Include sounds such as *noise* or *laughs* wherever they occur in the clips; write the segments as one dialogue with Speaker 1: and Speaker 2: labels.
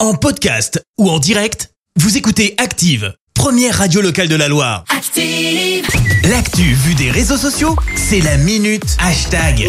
Speaker 1: En podcast ou en direct, vous écoutez Active, première radio locale de la Loire.
Speaker 2: Active.
Speaker 1: L'actu vue des réseaux sociaux, c'est la minute hashtag.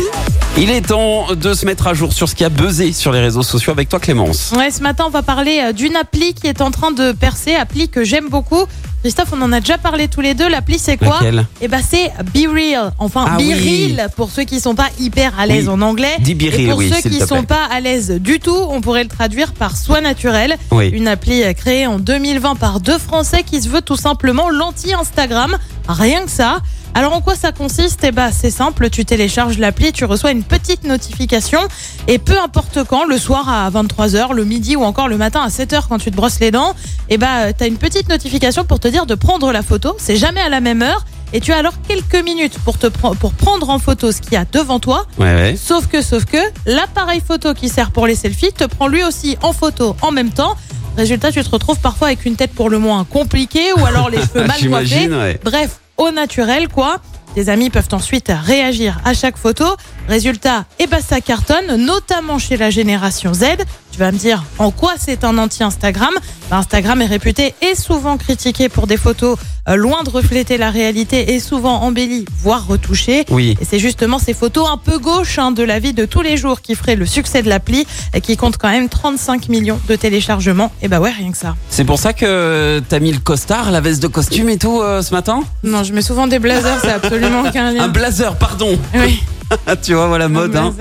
Speaker 3: Il est temps de se mettre à jour sur ce qui a buzzé sur les réseaux sociaux avec toi Clémence.
Speaker 4: Ouais, ce matin, on va parler euh, d'une appli qui est en train de percer, appli que j'aime beaucoup. Christophe, on en a déjà parlé tous les deux. L'appli, c'est quoi
Speaker 3: Laquelle
Speaker 4: Eh ben, c'est Be Real. Enfin,
Speaker 3: Ah
Speaker 4: Be
Speaker 3: oui.
Speaker 4: Real pour ceux qui sont pas hyper à l'aise
Speaker 3: Oui.
Speaker 4: en anglais.
Speaker 3: Dis Be
Speaker 4: Et
Speaker 3: Real,
Speaker 4: pour
Speaker 3: oui,
Speaker 4: ceux
Speaker 3: s'il
Speaker 4: qui
Speaker 3: te
Speaker 4: sont
Speaker 3: plaît.
Speaker 4: pas à l'aise du tout, on pourrait le traduire par Soi Naturel.
Speaker 3: Oui.
Speaker 4: Une appli euh, créée en 2020 par deux Français qui se veut tout simplement l'anti-Instagram. Rien que ça. Alors en quoi ça consiste Eh ben, c'est simple, tu télécharges l'appli, tu reçois une petite notification et peu importe quand, le soir à 23h, le midi ou encore le matin à 7h quand tu te brosses les dents, eh ben, tu as une petite notification pour te dire de prendre la photo, c'est jamais à la même heure et tu as alors quelques minutes pour, te pre- pour prendre en photo ce qu'il y a devant toi.
Speaker 3: Ouais, ouais.
Speaker 4: Sauf que, sauf que, l'appareil photo qui sert pour les selfies te prend lui aussi en photo en même temps. Résultat, tu te retrouves parfois avec une tête pour le moins compliquée ou alors les cheveux mal coiffés.
Speaker 3: J'imagine, ouais.
Speaker 4: Bref, au naturel quoi. Tes amis peuvent ensuite réagir à chaque photo. Résultat, eh ben ça cartonne, notamment chez la génération Z. Tu vas me dire en quoi c'est un anti-Instagram. Ben, Instagram est réputé et souvent critiqué pour des photos euh, loin de refléter la réalité et souvent embellies, voire retouchées.
Speaker 3: Oui.
Speaker 4: Et c'est justement ces photos un peu gauches hein, de la vie de tous les jours qui feraient le succès de l'appli, et qui compte quand même 35 millions de téléchargements. Et bah ouais, rien que ça.
Speaker 3: C'est pour ça que t'as mis le costard, la veste de costume et tout euh, ce matin
Speaker 4: Non, je mets souvent des blazers, c'est *laughs* absolument aucun
Speaker 3: Un blazer, pardon. Ah,
Speaker 4: Oui, *laughs*
Speaker 3: tu vois, voilà mode. hein.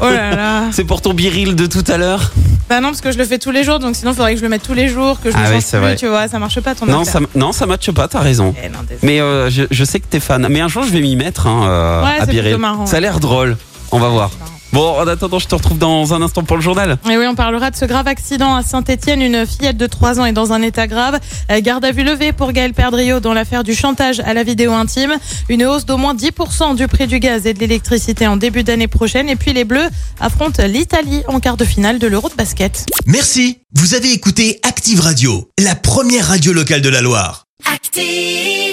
Speaker 4: Oh là là.
Speaker 3: C'est pour ton biril de tout à l'heure.
Speaker 4: Bah non, parce que je le fais tous les jours, donc sinon il faudrait que je le mette tous les jours, que je
Speaker 3: Ah
Speaker 4: me
Speaker 3: oui,
Speaker 4: change
Speaker 3: c'est
Speaker 4: plus,
Speaker 3: vrai.
Speaker 4: tu vois, ça marche pas ton
Speaker 3: Non,
Speaker 4: affaire.
Speaker 3: ça, non, ça matche pas. T'as raison.
Speaker 4: Eh non, désolé.
Speaker 3: Mais euh, je, je sais que t'es fan. Mais un jour, je vais m'y mettre hein, euh,
Speaker 4: Ouais,
Speaker 3: à
Speaker 4: c'est
Speaker 3: biril.
Speaker 4: plutôt marrant.
Speaker 3: Ça a l'air drôle. On va voir. Bon, en attendant, je te retrouve dans un instant pour le journal.
Speaker 4: Et oui, on parlera de ce grave accident à Saint-Etienne. Une fillette de 3 ans est dans un état grave. Euh, Garde à vue levée pour Gaël Perdriau dans l'affaire du chantage à la vidéo intime. Une hausse d'au moins 10% du prix du gaz et de l'électricité en début d'année prochaine. Et puis les Bleus affrontent l'Italie en quart de finale de l'Euro de basket.
Speaker 1: Merci, vous avez écouté Active Radio, la première radio locale de la Loire.
Speaker 2: Active.